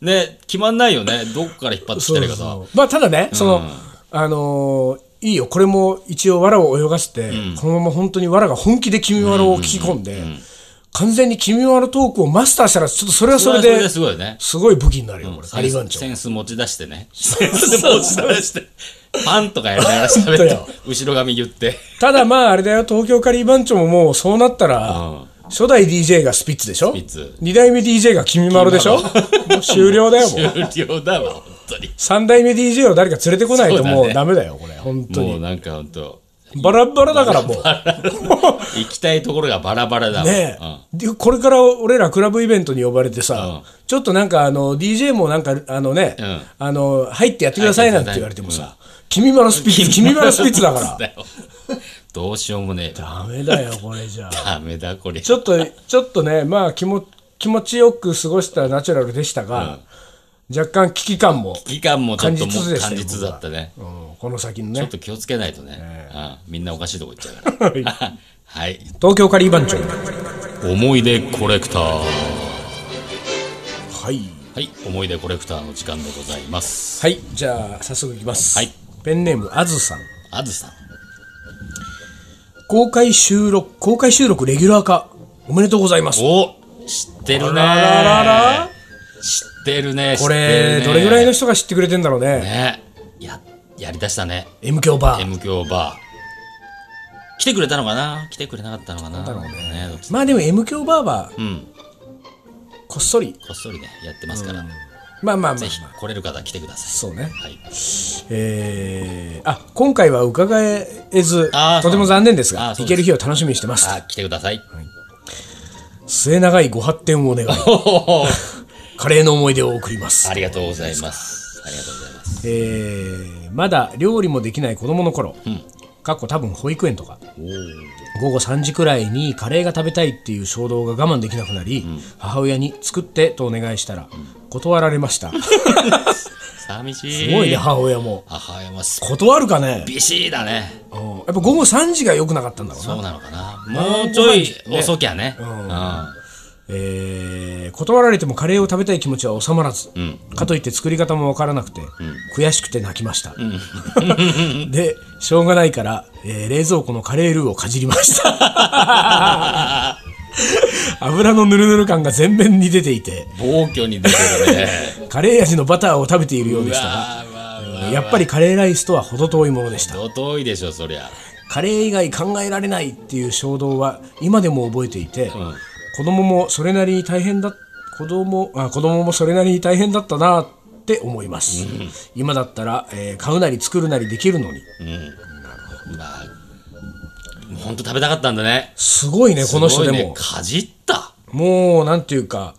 Speaker 2: ね、決まんないよねどっから引っ張ってき
Speaker 1: そ
Speaker 2: た
Speaker 1: う
Speaker 2: り
Speaker 1: そ
Speaker 2: か
Speaker 1: う
Speaker 2: さ
Speaker 1: そうまあただねその、あのーいいよこれも一応わらを泳がせて、このまま本当にわらが本気で「君まろ」を聞き込んで、完全に「君まろ」トークをマスターしたらちょっとそれはそれ
Speaker 2: そ
Speaker 1: で
Speaker 2: れはそれですごいよね
Speaker 1: すごい武器になるよこれ、ガリバンチョ
Speaker 2: センス持ち出してね。センス持ち出して。パンとかやりながら喋っ
Speaker 1: そう
Speaker 2: て
Speaker 1: よ、
Speaker 2: 後ろ髪言って。
Speaker 1: ただまああれだよ東京カリー番長ももうそうなったら、初代 DJ がスピッツでしょ
Speaker 2: ピッツ
Speaker 1: 2代目 DJ が君まろでしょ
Speaker 2: 君
Speaker 1: もう <laughs> 終了だよもう
Speaker 2: 終了だわ、本当に。
Speaker 1: 3代目 DJ を誰か連れてこないと
Speaker 2: そうだね
Speaker 1: もうダメだよこれ本当
Speaker 2: もう
Speaker 1: に
Speaker 2: なんか本当、
Speaker 1: バラバラだ <laughs> からもう
Speaker 2: 行きたいところがバラバラだわ。
Speaker 1: ね
Speaker 2: うん
Speaker 1: え、でこれから俺らクラブイベントに呼ばれてさ、ちょっとなんかあの DJ もなんかあのね、
Speaker 2: うん
Speaker 1: あの入ってやってくださいなんて言われてもさ、君まろスピッツ
Speaker 2: 君
Speaker 1: 君
Speaker 2: ま
Speaker 1: ま
Speaker 2: ろ
Speaker 1: ろスピッツだ
Speaker 2: <laughs>
Speaker 1: から
Speaker 2: だよどうしようもねえ。
Speaker 1: ダメだよこれじゃあ
Speaker 2: ダメだ、これ。
Speaker 1: ちょっと、ちょっとね、まあ気も、気持ちよく過ごしたナチュラルでしたが、若干危機感も、
Speaker 2: 期間もちょっとも
Speaker 1: 感じつつ
Speaker 2: う
Speaker 1: でした
Speaker 2: 感
Speaker 1: よ
Speaker 2: じつつだったね。
Speaker 1: うんこの先の
Speaker 2: ちょっ
Speaker 1: ね。
Speaker 2: と気をつけないとね。うんみんなおかしいとこ行っちゃうから。 <laughs> はい。
Speaker 1: 東京カリー番長。
Speaker 2: 思い出コレクター。
Speaker 1: はい。
Speaker 2: はい、思い出コレクターの時間でございます。
Speaker 1: はい、じゃあ早速いきます。
Speaker 2: はい
Speaker 1: ペンネーム、あずさん。
Speaker 2: あずさん。
Speaker 1: 公開収録、公開収録レギュラー化。おめでとうございます。
Speaker 2: お知ってるね
Speaker 1: あららら
Speaker 2: 知ってるね
Speaker 1: これ、どれぐらいの人が知ってくれてんだろうね。
Speaker 2: ねややりだしたね
Speaker 1: M 響バー。
Speaker 2: M 響バー来てくれたのかな来てくれなかったのかな
Speaker 1: だろうね
Speaker 2: ねどっち
Speaker 1: まあでも M 響バーは、
Speaker 2: ん
Speaker 1: こっそり、
Speaker 2: こっそりねやってますから、
Speaker 1: まあまあまあ、ま
Speaker 2: ぜ
Speaker 1: あ
Speaker 2: ひ、来れる方来てくださ
Speaker 1: そうね。
Speaker 2: い、はい、
Speaker 1: えーあ今回は伺えず
Speaker 2: あー
Speaker 1: とても残念ですが
Speaker 2: あーそう
Speaker 1: 行
Speaker 2: で
Speaker 1: け
Speaker 2: す
Speaker 1: る日を楽しみにしてます
Speaker 2: あ来てください
Speaker 1: 末永いご発展をお願い
Speaker 2: おお
Speaker 1: カレーの思い出を送ります
Speaker 2: <laughs> あ、りがとうございますありがとうございます
Speaker 1: えーまだ料理もできない子供の頃、かっこ多分保育園とか
Speaker 2: おお
Speaker 1: 午後3時くらいにカレーが食べたいっていう衝動が我慢できなくなり、母親に作ってとお願いしたら、断られましたす
Speaker 2: 寂しい
Speaker 1: ごいね母親も
Speaker 2: 母親もす
Speaker 1: 断るかね
Speaker 2: ビシーだね
Speaker 1: うんやっぱ午後3時が良くなかったんだろうな
Speaker 2: そうなのかなもうちょい
Speaker 1: ね
Speaker 2: 遅きゃねうん
Speaker 1: えー断られてもカレーを食べたい気持ちは収まらず、かといって作り方もわからなくて、悔しくて泣きました、 <laughs> でしょうがないから、えー冷蔵庫のカレールーをかじりました油のぬるぬる感が全面に出ていて
Speaker 2: 暴挙に出てる
Speaker 1: <laughs>
Speaker 2: ね。
Speaker 1: カレー味のバターを食べているようでしたが
Speaker 2: わあわあわあ
Speaker 1: やっぱりカレーライスとは程遠いものでした
Speaker 2: ど遠いでしょ、そりゃ。
Speaker 1: カレー以外考えられないっていう衝動は今でも覚えていて、子供もそれなりに大変だ子供あ子供もそれなりに大変だったなって思います、今だったら、えー買うなり作るなりできるのに
Speaker 2: まあ、本当食べたかったんだね。
Speaker 1: すごいねこの人でも、
Speaker 2: すごいねかじった。
Speaker 1: もうなんていうか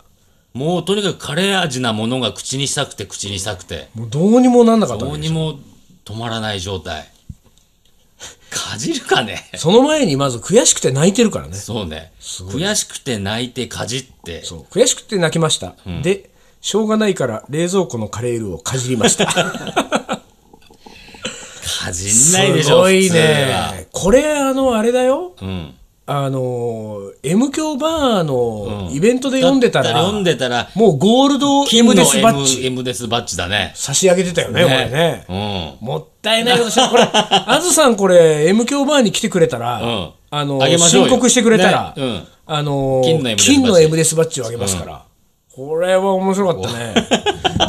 Speaker 2: もうとにかくカレー味なものが口にしたくて、口にしたくて。
Speaker 1: もうどうにもなんなかった
Speaker 2: どう
Speaker 1: ね
Speaker 2: にも止まらない状態。かじるかね
Speaker 1: その前にまず悔しくて泣いてるからね。
Speaker 2: そうね悔しくて泣いてかじって
Speaker 1: そう悔しくて泣きました、でしょうがないから冷蔵庫のカレールをかじりました
Speaker 2: かじん <laughs> ないでしょ
Speaker 1: すごい
Speaker 2: 普通は
Speaker 1: ねこれあのあれだよ
Speaker 2: うん
Speaker 1: あの M 響バーのイベントで読んでたら、
Speaker 2: 読んでたら
Speaker 1: もうゴールド
Speaker 2: 金の
Speaker 1: M デスバッジ
Speaker 2: M デスバッジだね
Speaker 1: 差し上げてたよねこれね
Speaker 2: ね
Speaker 1: もったいないこと <laughs> したこれあずさんこれ M 響バーに来てくれたら、
Speaker 2: うん
Speaker 1: あの
Speaker 2: あげましょう
Speaker 1: 申
Speaker 2: よ
Speaker 1: 告してくれたら、
Speaker 2: ねうん
Speaker 1: あの
Speaker 2: 金の M デスバッジ
Speaker 1: 金の M デスバッジをあげますから、これは面白かったね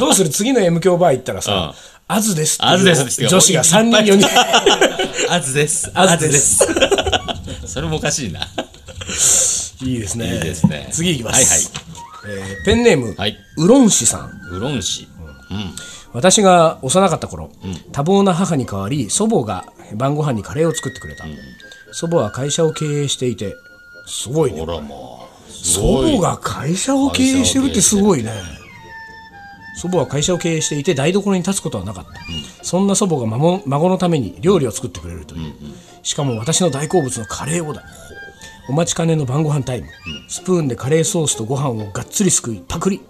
Speaker 1: <laughs> どうする次の M 響バー行ったらさ「あずです」
Speaker 2: あずです
Speaker 1: っていう女子が3人4人 <laughs>
Speaker 2: うん <laughs> あずです
Speaker 1: あずです
Speaker 2: それもおかしいな
Speaker 1: いいですね
Speaker 2: いいですね
Speaker 1: 次行きます、えーペンネーム、
Speaker 2: はいはいう
Speaker 1: ろんしさん
Speaker 2: うろんしうん
Speaker 1: 私が幼かった頃、多忙な母に代わり祖母が晩ご飯にカレーを作ってくれた、祖母は会社を経営していてすごいね
Speaker 2: ほらもうす
Speaker 1: 祖
Speaker 2: ごい
Speaker 1: 母が会社を経営してるってすごいね祖母は会社を経営していて台所に立つことはなかった、そんな祖母が孫孫のために料理を作ってくれるという、しかも私の大好物のカレーをだお待ちかねの晩ご飯タイム、スプーンでカレーソースとご飯をがっつりすくいパクリ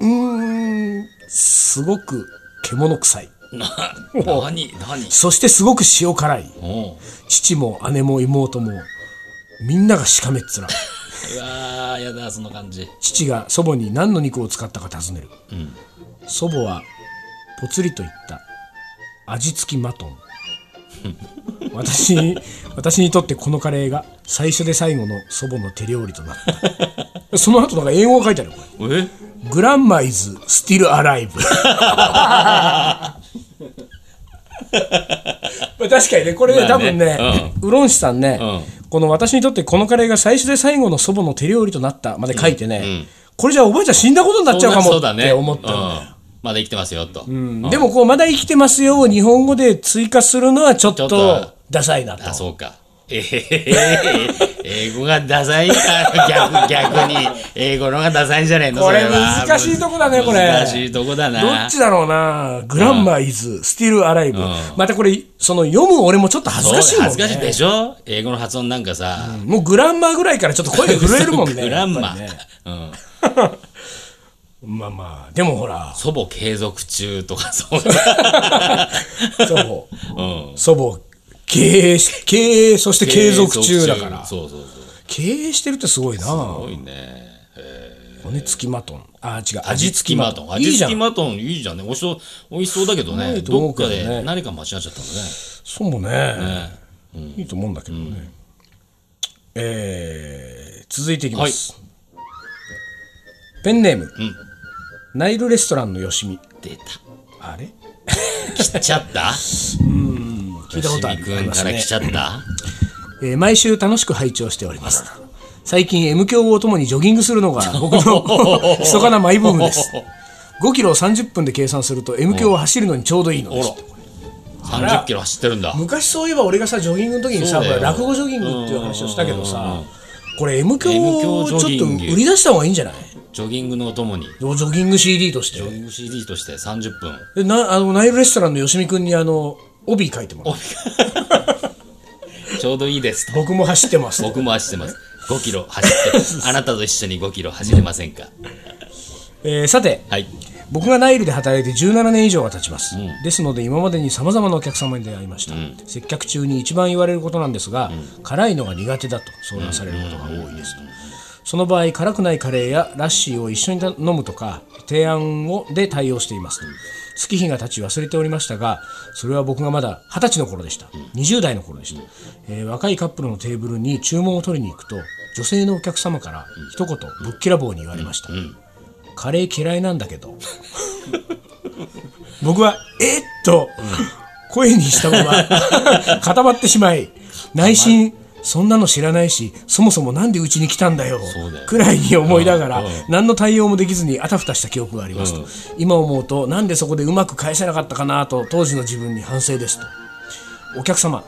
Speaker 1: うーんすごく獣臭い
Speaker 2: な何何
Speaker 1: そしてすごく塩辛い
Speaker 2: おう
Speaker 1: 父も姉も妹もみんながしかめっ面
Speaker 2: うわーやだその感じ
Speaker 1: 父が祖母に何の肉を使ったか尋ねる、祖母はぽつりと言った味付きマトン <laughs> 私に私にとってこのカレーが最初で最後の祖母の手料理となったその後なんか英語が書いてあるよこ
Speaker 2: え
Speaker 1: れグランマイズスティルアラ <laughs> イブ確かにねこれね,、
Speaker 2: まあ
Speaker 1: 多
Speaker 2: ね
Speaker 1: 分ね、うろんしさんね、この私にとってこのカレーが最初で最後の祖母の手料理となったまで書いてね、これじゃあおばあちゃん死んだことになっちゃうかも
Speaker 2: そうだ
Speaker 1: っ
Speaker 2: ね
Speaker 1: て思ったの
Speaker 2: うんまだ生きてますよと
Speaker 1: うんでもこうまだ生きてますよを日本語で追加するのはちょっ
Speaker 2: ちょっ
Speaker 1: と
Speaker 2: と
Speaker 1: ダサいなと
Speaker 2: あ、そうか。えへへへ英語がダサいから、逆、逆に。英語の方がダサいんじゃねえの
Speaker 1: これ
Speaker 2: そは
Speaker 1: 難しいとこだねこれ
Speaker 2: 難しいとこだな。
Speaker 1: どっちだろうなグランマイズ、スティルアライブ、またこれその読む俺もちょっと恥ずかしいもんね
Speaker 2: そう恥ずかしいでしょ英語の発音なんかさ。
Speaker 1: もうグランマーぐらいからちょっと声が震えるもんね
Speaker 2: <laughs> グラン
Speaker 1: や
Speaker 2: マ
Speaker 1: っぱりね。
Speaker 2: うん。
Speaker 1: まあまあでもほら
Speaker 2: 祖母継続中とかそう。
Speaker 1: 祖母
Speaker 2: うん。
Speaker 1: 祖母経営し経営そして継続中だから
Speaker 2: そうそうそう。
Speaker 1: 経営してるってすごいな
Speaker 2: すごいね。
Speaker 1: 骨付きマトンあ違う
Speaker 2: 味付きマトン。
Speaker 1: いい
Speaker 2: 味
Speaker 1: じ
Speaker 2: 付
Speaker 1: ゃ
Speaker 2: き
Speaker 1: ん
Speaker 2: マトンいいじゃんね。美味しそう、美味しそうだけどね。
Speaker 1: いと思
Speaker 2: ど
Speaker 1: う
Speaker 2: っ
Speaker 1: けど
Speaker 2: か
Speaker 1: ね
Speaker 2: で何か間違っちゃったのね。
Speaker 1: そうもねいいと思うんだけどね、えー続いていきます、ペンネーム、ナイルレストランのよしみ
Speaker 2: 出
Speaker 1: あれ
Speaker 2: た。来ちゃった
Speaker 1: <laughs> 聞いたことある
Speaker 2: 吉見君から来ちゃった
Speaker 1: えー毎週楽しく拝聴しております。最近 M 響をともにジョギングするの <laughs> が僕の <laughs> 密かなマイブームです。5キロを30分で計算すると M 響を走るのにちょうどいいのです。
Speaker 2: 三十キロ走ってるんだ。
Speaker 1: 昔そういえば俺がさジョギングの時にさ、
Speaker 2: そうだよ
Speaker 1: ほら落語ジョギングっていう話をしたけどさ、これ M 響
Speaker 2: M 響
Speaker 1: をちょっと
Speaker 2: ジョギング
Speaker 1: 売り出した方がいいんじゃない
Speaker 2: ジョギングのお供に、ジ
Speaker 1: ジョギング CD として
Speaker 2: ョ。ギング CD として三十分。
Speaker 1: でなあのナイルレストランのよしみくんにあの帯書いてもらう。
Speaker 2: ちょうどいいですと。
Speaker 1: 僕も走ってます。
Speaker 2: 僕も走ってます。5キロ
Speaker 1: <laughs>
Speaker 2: 走って、あなたと一緒に5キロ走れませんか。
Speaker 1: えーさて、
Speaker 2: はい。
Speaker 1: 僕がナイルで働いて17年以上が経ちます、ですので今までにさまざまなお客様に出会いました、接客中に一番言われることなんですが、辛いのが苦手だと相談されることが多いですと、その場合辛くないカレーやラッシーを一緒に飲むとか提案をで対応していますと月日が経ち忘れておりましたがそれは僕がまだ二十歳の頃でした20代の頃でした、えー若いカップルのテーブルに注文を取りに行くと女性のお客様から一言ぶっきらぼうに言われました、カレー嫌いなんだけど <laughs> 僕は「えっ!」と声にしたま
Speaker 2: <laughs>
Speaker 1: ま固まってしまい内心そんなの知らないしそもそもなんでうちに来たんだよ
Speaker 2: そうだよ
Speaker 1: くらいに思いながら何の対応もできずにあたふたした記憶がありますと、今思うとなんでそこでうまく返せなかったかなと当時の自分に反省ですとお客様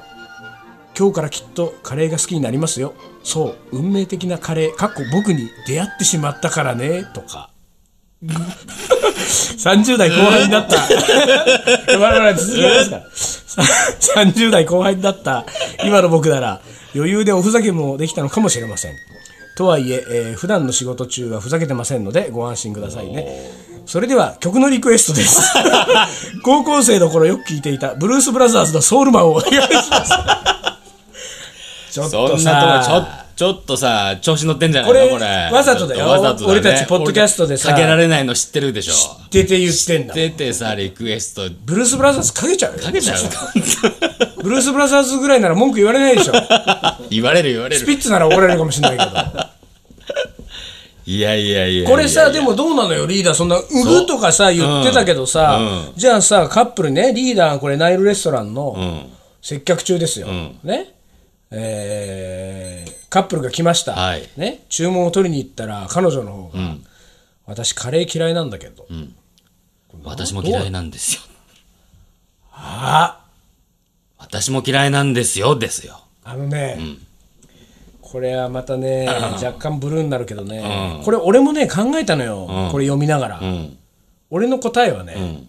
Speaker 1: 今日からきっとカレーが好きになりますよそう運命的なカレーかっこ僕に出会ってしまったからねとか30代後半にな
Speaker 2: <laughs>
Speaker 1: った我々は続けますからさ30代後半になった今の僕なら余裕でおふざけもできたのかもしれませんとはいええー普段の仕事中はふざけてませんのでご安心くださいねそれでは曲のリクエストです
Speaker 2: <laughs>
Speaker 1: 高校生の頃よく聴いていたブルース・ブラザーズのソウルマンをお願いしますちょっ
Speaker 2: そ
Speaker 1: と
Speaker 2: んな
Speaker 1: さ
Speaker 2: とこちょちょっとさ調子乗ってんじゃない
Speaker 1: こ
Speaker 2: の
Speaker 1: れ
Speaker 2: これ
Speaker 1: わざとだよ
Speaker 2: ちょっわざとだね
Speaker 1: 俺たちポッドキャストでさ
Speaker 2: 俺かけられないの知ってるでしょ
Speaker 1: 出て言ってんだ
Speaker 2: 出てさリクエスト
Speaker 1: ブルース・ブラザーズかけちゃうよ
Speaker 2: かけちゃう
Speaker 1: ブルース・ブラザーズぐらいなら文句言われないでしょ
Speaker 2: <laughs> 言われる言われ
Speaker 1: スピ
Speaker 2: る
Speaker 1: ッツなら怒られるかもしれないけど
Speaker 2: いやいやいやいや
Speaker 1: これさでもどうなのよリーダーそんなうぐとかさ言ってたけどさ、じゃあさカップルねリーダーこれナイルレストランの接客中ですよ、ねえーカップルが来ました、
Speaker 2: はい
Speaker 1: ね、注文を取りに行ったら彼女の方が、私カレー嫌いなんだけど、
Speaker 2: 私も嫌いなんですよ
Speaker 1: あ
Speaker 2: 私も嫌いなんですよですよ
Speaker 1: あのね、これはまたね、若干ブルーになるけどね、これ俺もね考えたのよ、これ読みながら、
Speaker 2: ん
Speaker 1: 俺の答えはね、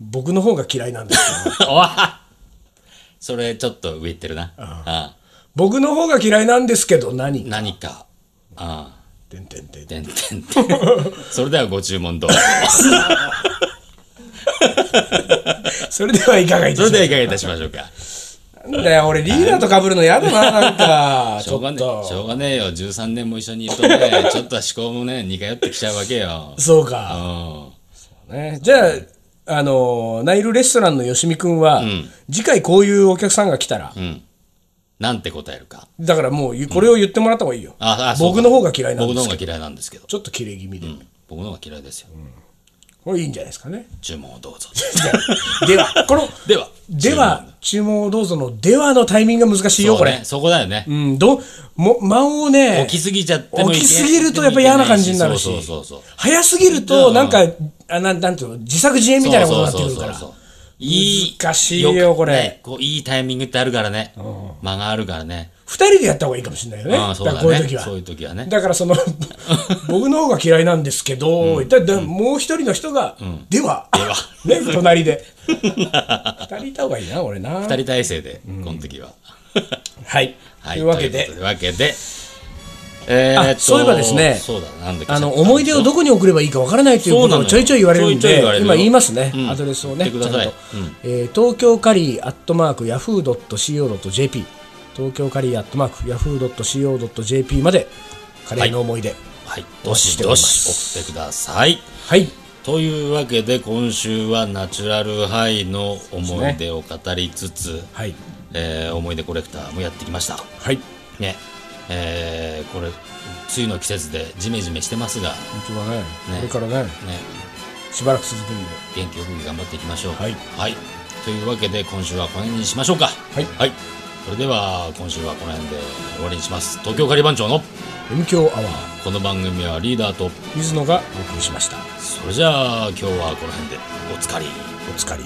Speaker 1: 僕の方が嫌いなんですよ <laughs>
Speaker 2: <laughs> おわそれちょっと上いってるな。あ
Speaker 1: 僕の方が嫌いなんですけど何
Speaker 2: 何か。あ
Speaker 1: てんてんてん
Speaker 2: てんてん
Speaker 1: <laughs>
Speaker 2: てん。それではご注文どうぞ。
Speaker 1: それではいかがい
Speaker 2: そ
Speaker 1: た
Speaker 2: れ
Speaker 1: しま
Speaker 2: ではいかがいたしましょ
Speaker 1: <laughs>
Speaker 2: うか。
Speaker 1: すなんだよ俺リーダーと被るの嫌だななんか
Speaker 2: <laughs> し
Speaker 1: ち
Speaker 2: ょ
Speaker 1: ょ
Speaker 2: うが
Speaker 1: っ
Speaker 2: ねえ、し
Speaker 1: と
Speaker 2: ょうがねえよ。13年も一緒にいると
Speaker 1: <laughs>
Speaker 2: ね、ちょっとは思考もね、似通ってきちゃうわけよ。
Speaker 1: そう
Speaker 2: う
Speaker 1: か、
Speaker 2: ん。
Speaker 1: ね、じゃああのナイルレストランのよしみくんは、次回こういうお客さんが来たら、
Speaker 2: なんて答えるか。
Speaker 1: だからもうゆこれを言ってもらった方がいいよ、
Speaker 2: ああそう
Speaker 1: 僕の方が嫌いなん
Speaker 2: 僕
Speaker 1: で
Speaker 2: の
Speaker 1: す
Speaker 2: 方
Speaker 1: け
Speaker 2: が
Speaker 1: ど
Speaker 2: 嫌いなんですけど。
Speaker 1: ちょっとキレ気味で、
Speaker 2: 僕の方が嫌いですよ。
Speaker 1: これいいんじゃないですかね
Speaker 2: 注文をどうぞ。
Speaker 1: じゃあではこの
Speaker 2: <laughs> では。
Speaker 1: では注文をどうぞのではのタイミングが難しい
Speaker 2: 注文、
Speaker 1: よ
Speaker 2: そ
Speaker 1: こ
Speaker 2: う
Speaker 1: れ
Speaker 2: ね、そこだよね
Speaker 1: う。んども間をね
Speaker 2: 起きすぎちゃってもいけ
Speaker 1: 起きすぎるとやっぱ嫌な感じになるし
Speaker 2: そうそうそうそう。
Speaker 1: 早すぎると、なんか、あなんなんていうの、自作自演みたいなことになってくるから。
Speaker 2: そうそうそうそういい
Speaker 1: 難しいよこれ
Speaker 2: ねこういいタイミングってあるからね間があるからね
Speaker 1: 二人でやった方がいいかもしれないよね。
Speaker 2: ああそうだね
Speaker 1: からこういう時は。
Speaker 2: そういう時はね
Speaker 1: だからそ
Speaker 2: <laughs>
Speaker 1: の、僕の方が嫌いなんですけど、だだもう一人の人が、では、ね、隣
Speaker 2: <laughs>
Speaker 1: で。二人いた方がいいな、俺な。
Speaker 2: 二人体制でこの時は
Speaker 1: はい。
Speaker 2: はい
Speaker 1: というわけで
Speaker 2: とい、うわけでえーっと
Speaker 1: あそういえばですね
Speaker 2: そうだなんだっけ
Speaker 1: あの、思い出をどこに送ればいいかわからないという
Speaker 2: そ
Speaker 1: こ
Speaker 2: う
Speaker 1: と
Speaker 2: なの
Speaker 1: を
Speaker 2: よ
Speaker 1: ちょいちょい言われるん
Speaker 2: ちょいちょい
Speaker 1: で
Speaker 2: 言われ、るよ
Speaker 1: 今言いますね
Speaker 2: う。ん
Speaker 1: アドレスをね、
Speaker 2: 言ってください
Speaker 1: ちゃんとえー東京カリーアットマークヤフー .co.jp、東京カリーアットマークヤフー .co.jp まで、カレーの思い出。
Speaker 2: はい
Speaker 1: お
Speaker 2: ど
Speaker 1: 待ちし
Speaker 2: して
Speaker 1: おり
Speaker 2: ど
Speaker 1: ま
Speaker 2: し
Speaker 1: す
Speaker 2: 送ってください
Speaker 1: はい。
Speaker 2: というわけで今週はナチュラルハイの思い出を語りつつ、
Speaker 1: はい。
Speaker 2: えー思い出コレクターもやってきました
Speaker 1: はい。
Speaker 2: ねえーこれ梅雨の季節でジメジメしてますが、ね、
Speaker 1: 本当だね。これからね、しばらく続くんで。
Speaker 2: 元気よく頑張っていきましょう
Speaker 1: はい
Speaker 2: というわけで今週はこの辺にしましょうか
Speaker 1: はい
Speaker 2: それでは今週はこの辺で終わりにします東京カリバン長の
Speaker 1: M 強アワー、
Speaker 2: この番組はリーダーと
Speaker 1: 水野がお送りしました。
Speaker 2: それじゃあ今日はこの辺でおつかり
Speaker 1: お疲れ。